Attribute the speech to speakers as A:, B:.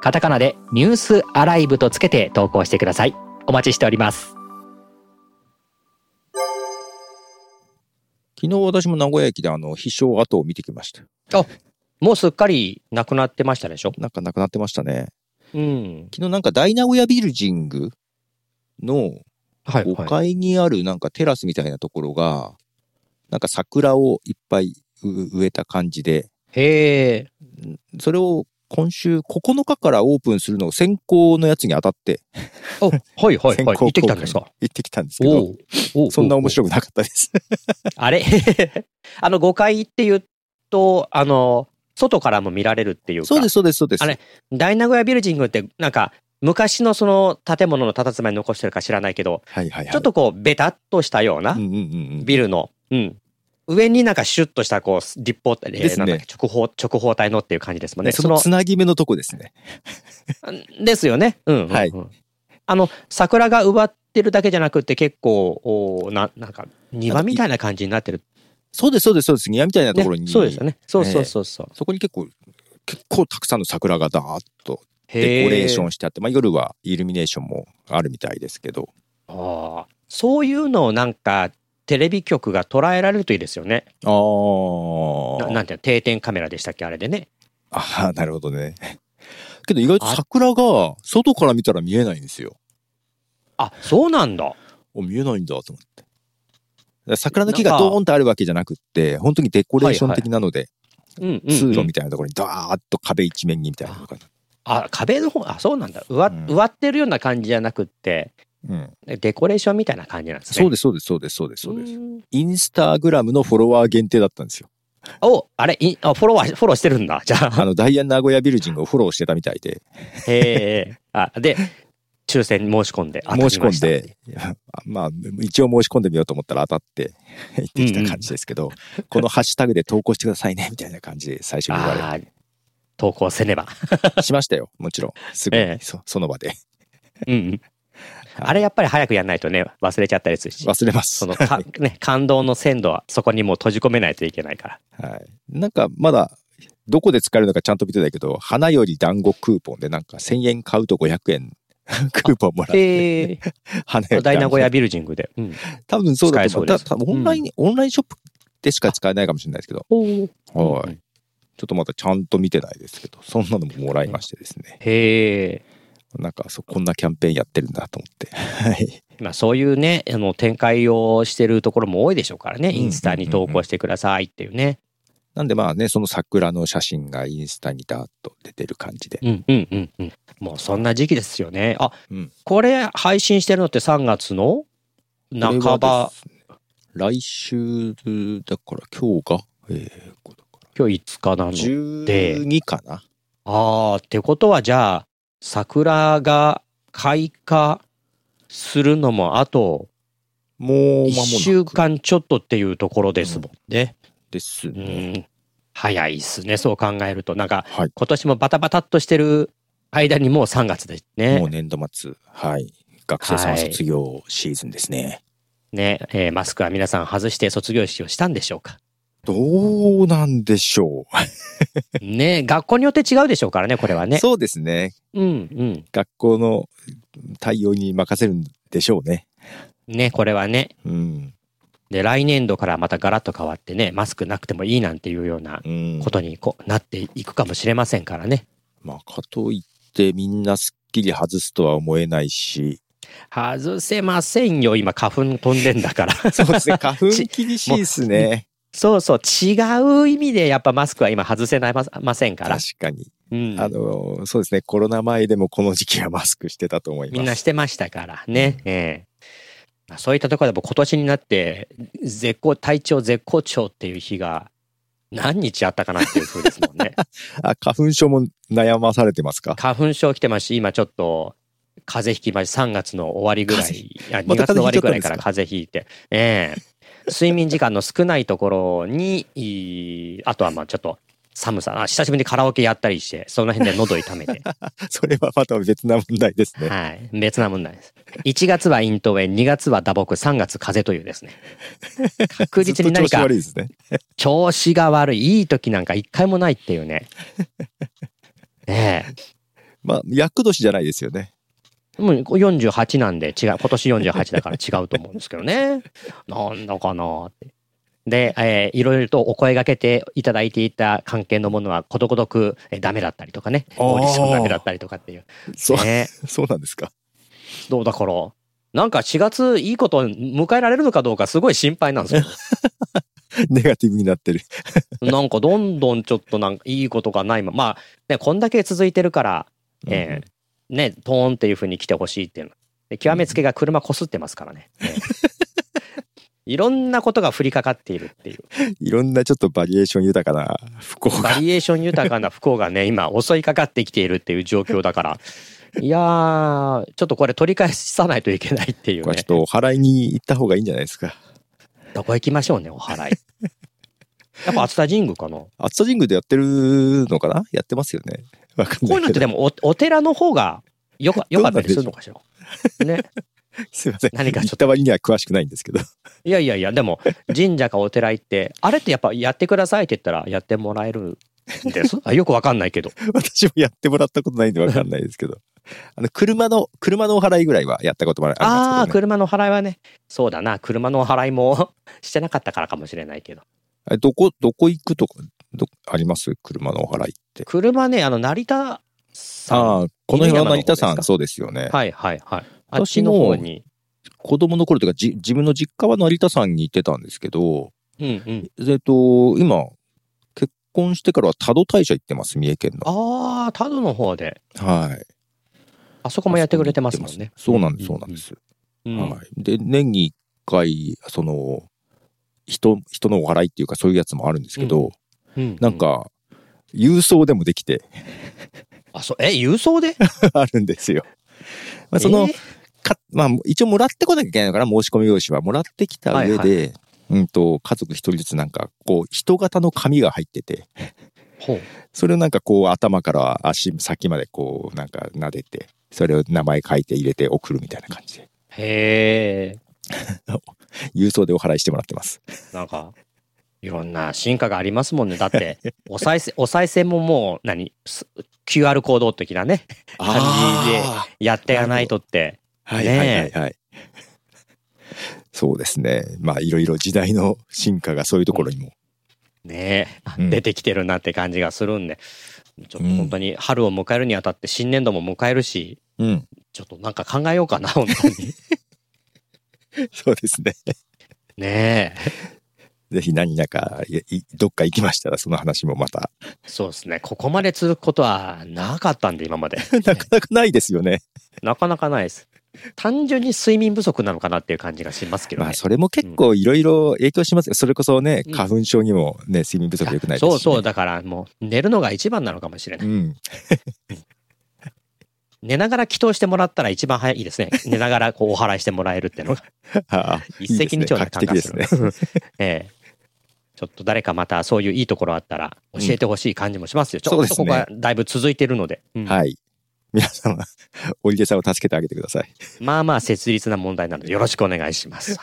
A: カタカナでニュースアライブとつけて投稿してください。お待ちしております。
B: 昨日私も名古屋駅であの、飛翔跡を見てきました。
C: もうすっかりなくなってましたでしょ
B: なんかなくなってましたね。
C: うん。
B: 昨日なんか大名古屋ビルジングの
C: は
B: 5階にあるなんかテラスみたいなところが、なんか桜をいっぱいう植えた感じで、
C: へ え。
B: それを今週9日からオープンするのを先行のやつに当たって
C: あ、はいはい
B: 先
C: はい。行
B: 行
C: ってきたんです
B: 公
C: か
B: 行ってきたんですけど、
C: おうおう
B: そんな面白くなかったです。
C: あれ あの、5階って言うと、あの、外からも見られるっていうか、
B: そうです、そうです、そうです。
C: あれ大名古屋ビルジングって、なんか、昔のその建物の佇まい残してるか知らないけど、
B: はいはいはい。
C: ちょっ、とこう、ベタっとしたような
B: うんうんうん
C: ビルの、うん。上になんかシュッとしたこう立方体、えー
B: ですね
C: なんだっけ直方直方体のっていう感じです
B: う
C: も
B: ん。
C: んね。
B: ね、そのつなぎ目のとこですね。
C: ですよね。うんうんうん、
B: はい
C: あの桜が奪ってるだけじゃなくて結構おーななんか庭みたいな感じになってる、
B: そうです、そうです、そうです。庭みたいなところに、
C: ね、そうですよね。そうそうそうそう。
B: そこに結構、結構たくさんの桜がダーッと
C: へ
B: デコレーショ
C: ー
B: ンしてあって、まあ夜はイルミネーションもあるみたいですけど、
C: あーそういうのをなんかテレビ局が捉えられるといいですよね。
B: あ
C: な
B: ー
C: なんていうの定点カメラでしたっけあれでね。
B: あー、なるほどね。 けど意外と桜が外から見たら見えないんですよ。
C: あそうなんだ。
B: お見えないんだと思って。だから桜の木がドーンとあるわけじゃなくって、本当にデコレーション的なので、
C: うんうん、う
B: 通路
C: ん。
B: みたいなところにダーッと壁一面にみたいなのが。
C: あ壁の方あそうなんだ。うわ、
B: うん
C: 植わってるような感じじゃなくって
B: うん、
C: デコレーションみたいな感じなんですね。
B: そう
C: で
B: です、そうです、そうです、そうです、そうです。
C: す。
B: インスタグラムのフォロワー限定だったん ですよ。
C: おあれいあフォロワーフォローしてるんだじゃあ
B: あの、ダイアン名古屋ビルジングをフォローしてたみたいで、
C: へえ。あで、抽選申し込んで当たりま
B: 申し
C: した。
B: 込んで、まあ、一応申し込んでみようと思ったら当 たって行ってきた感じですけど、このハッシュタグで投稿してくださいね、みたいな感じで最初に言われ
C: ああ、投稿せね ば。
B: て、しましたよ、もちろん。すぐに、
C: ええ
B: そその場で。
C: うんうん。あれやっぱり早くやんないとね、忘れちゃったりするし。
B: 忘れます。
C: そのか、ね、感動の鮮度はそこにもう閉じ込めないといけないから。
B: はい。なんか、まだ、どこで使えるのかちゃんと見てないけど、花より団子クーポンでなんか1000円買うと500円 クーポンもらって、
C: で、
B: 花より
C: 大名
B: 団子
C: 古屋ビルジングで。うん。
B: 多分そうだと思う。
C: 使えそうで
B: た
C: す
B: 多分オンライン、オンラインショップでしか使えないかもしれないですけど、
C: お
B: はい。
C: い。
B: ちょっとまだちゃんと見てないですけど、そんなのももらいましてですね。
C: へえ。
B: なんか、そう、こんなキャンペーンやってるんだと思って。はい。
C: まあそういうね、あの展開をしてるところも多いでしょうからね、
B: ん
C: インスタに投稿してくださいっていうね。
B: なんでまあね、その桜の写真がインスタにダーッと出てる感じで。
C: うんうんうんうん。もうそんな時期ですよね。あ、
B: うん
C: これ配信してるのって3月の半
B: これは
C: ば
B: で、すね。来週、だから今日が、えー、これか
C: 今日5日な
B: ら
C: の。
B: 12かな
C: ああ、ってことはじゃあ、桜が開花するのもあと
B: もう
C: 1
B: 間も
C: 週
B: なく
C: 間ちょっとっていうところですもんね。
B: です
C: う
B: ね。
C: ん。早いっすね、そう考えると。なんか、
B: はい
C: 今年もバタバタっとしてる間にもう3月です
B: も
C: ね。
B: う年度末、はい。学生さんは卒業シーズンですね。
C: ね、えーマスクは皆さん外して卒業式をしたんでしょうか。
B: どうなんでしょう。
C: ね学校によって違うでしょうからね、これはね。
B: そうですね。
C: うんうん。
B: 学校の対応に任せるんでしょうね。
C: ね、これはね。
B: うん。
C: で、来年度からまたガラッと変わってね、マスクなくてもいいなんていうような
B: うん
C: ことにこうなっていくかもしれませんからね。
B: まあ、かといってみんなすっきり外すとは思えないし、
C: 外せませんよ、今花粉飛んでんだから。
B: そうですね、花粉厳しいですね。
C: そうそう、違う意味でやっぱマスクは今外せないまませんから
B: 確。かに。
C: うん。
B: あの、そうですね、コロナ前でもこの時期はマスクしてたと思います。
C: みんなしてましたからね。ええまあそういったところでも今年になって、絶好、体調絶好調っていう日が何日あったかなっていう風 ですもんね。
B: あ、花粉症も悩まされてますか
C: 花粉症来てますし、今ちょっと風邪ひきました3月の終わりぐらいいや2
B: また
C: 月の終わりぐらい
B: 風邪ひいちゃったんですか
C: から風邪ひいてええ睡眠時間の少ないところにいいあとはまあちょっと寒さあ久しぶりにカラオケやったりしてその辺で喉痛めて
B: それはまた別な問題ですね。
C: はい別な問題です1月は咽頭炎2月は打撲3月風邪というですね確実に何
B: ず
C: か
B: っと調子悪いですね。
C: 調子が悪いいい時なんか一回もないっていうねねえ
B: まあ、厄年じゃないですよね。
C: もう48なんで違う今年48だから違うと思うんですけどねなんだかなってで、えーいろいろとお声がけていただいていた関係のものはことごとく、えーダメだったりとかね
B: あー
C: オーディションダメだったりとかっていう
B: そう、
C: ね
B: そうなんですか。
C: どうだからなんか4月いいこと迎えられるのかどうかすごい心配なん です
B: ネガティブになってる。
C: けどなんかどんどんちょっとなんかいいことがないままあねこんだけ続いてるからええね、トーンっていう風に来てほしいっていうの。で極めつけが車こすってますからね。ええ いろんなことが降りかかっているっていう、
B: いろんなちょっとバリエーション豊かな不幸
C: バ
B: が。
C: リエーション豊かな不幸がね、今襲いかかってきているっていう状況だから、いやー、ちょっとこれ取り返さないといけないっていう
B: これ
C: ね
B: ちょっ。とお払いに行った方がいいんじゃないですか。
C: どこ行きましょうね、お 祓い。やっぱ熱田神宮かな。こ
B: 熱田神宮でやってるのかなやってますよね。わかん
C: う
B: ない
C: いうのっ
B: け
C: て
B: ど
C: でもお、お寺の方がよかよかったりするのかしら。ね。
B: すいません。
C: 何かちょっと
B: 行った割には詳しくないんですけど。
C: いやいやいや、でも、神社かお寺行って、あれってやっぱやってくださいって言ったら、やってもらえるんです。 あよくわかんないけど。
B: 私もやってもらったことないんでわかんないですけど。あの、車の、車のお払いぐらいはやったこともあり
C: あ
B: ま
C: あ
B: す
C: ー、
B: けど、ね。
C: 車の払いはね、そうだな、車の払いもしてなかったからかもしれないけど。
B: あどこ、どこ行くとか、ど、あります車のお払いって。
C: 車ね、あの、成田さん。
B: ああ、この辺は成
C: 犬
B: 田
C: 山の方です
B: 山、
C: か
B: そうですよね。
C: はいはいはい。あっち
B: 私
C: の
B: も
C: 方に。
B: 子供の頃というか、じ、自分の実家は成田山に行ってたんですけど、
C: うんうん。
B: えっと、今、結婚してからは多度大社行ってます、三重県の。
C: ああ、多度の方で。
B: はい。
C: あそこもやってくれてますもんね。
B: そうなんです、
C: う
B: そ
C: ん
B: うなんです。
C: うん
B: はい。で、年に一回、その、人、人のお払いっていうか、そういうやつもあるんですけど、
C: うん
B: なん、か、郵送でもできて
C: あ、そう、え、郵送で
B: あるんですよ。まあ、 その、かまあ、一応もらってこなきゃいけないのかな、申し込み用紙は。もらってきた上で、
C: はい
B: うんと、家族一人ずつなんか、こう、人型の紙が入ってて、
C: ほう。
B: それをなんかこう、頭から足先までこう、なんか撫でて、それを名前書いて入れて送るみたいな感じで、
C: へえ。
B: 郵送でお払いしてもらってます。
C: なんか、いろんな進化がありますもんね。だ って、お賽銭、お賽銭ももう何、す ?QR コード的なね、あやってやないとって。
B: はいはいはいはい。 そうですね。まあ、いろいろ時代の進化がそういうところにも。
C: ね
B: うん
C: 出てきてるなって感じがするんで、ちょっと本当に春を迎えるにあたって新年度も迎えるし、
B: うん。
C: ちょっとなんか考えようかな、本当 に。
B: そうですね。
C: ねえ。
B: ぜひ何だか、いいどっか行きましたら、その話もまた。
C: そうですね。ここまで続くことはなかったんで、今まで。
B: なかなかないですよね。
C: なかなかないです。単純に睡眠不足なのかなっていう感じがしますけど
B: ま
C: ね
B: あ、。それも結構いろいろ影響しますよそれこそね
C: うん、
B: 花粉症にもね、睡眠不足良くないですし、ね。
C: そうそう、。だからもう寝るのが一番なのかもしれない。
B: うん。
C: 寝ながら祈祷してもらったら一番早い ですね。寝ながらこうお祓いしてもらえるっていうのが
B: ああ
C: 一石二鳥な感じがする。
B: いいですね画期的ですね。
C: ええちょっと誰かまたそういういいところあったら教えてほしい感じもしますよ。ち
B: そ
C: ょ
B: う
C: っ
B: で
C: と
B: す
C: ここ
B: ね
C: がだいぶ続いてるので。うん
B: はい。皆様、おいでさんを助けてあげてください。
C: まあまあ切実な問題なのでよろしくお願いします。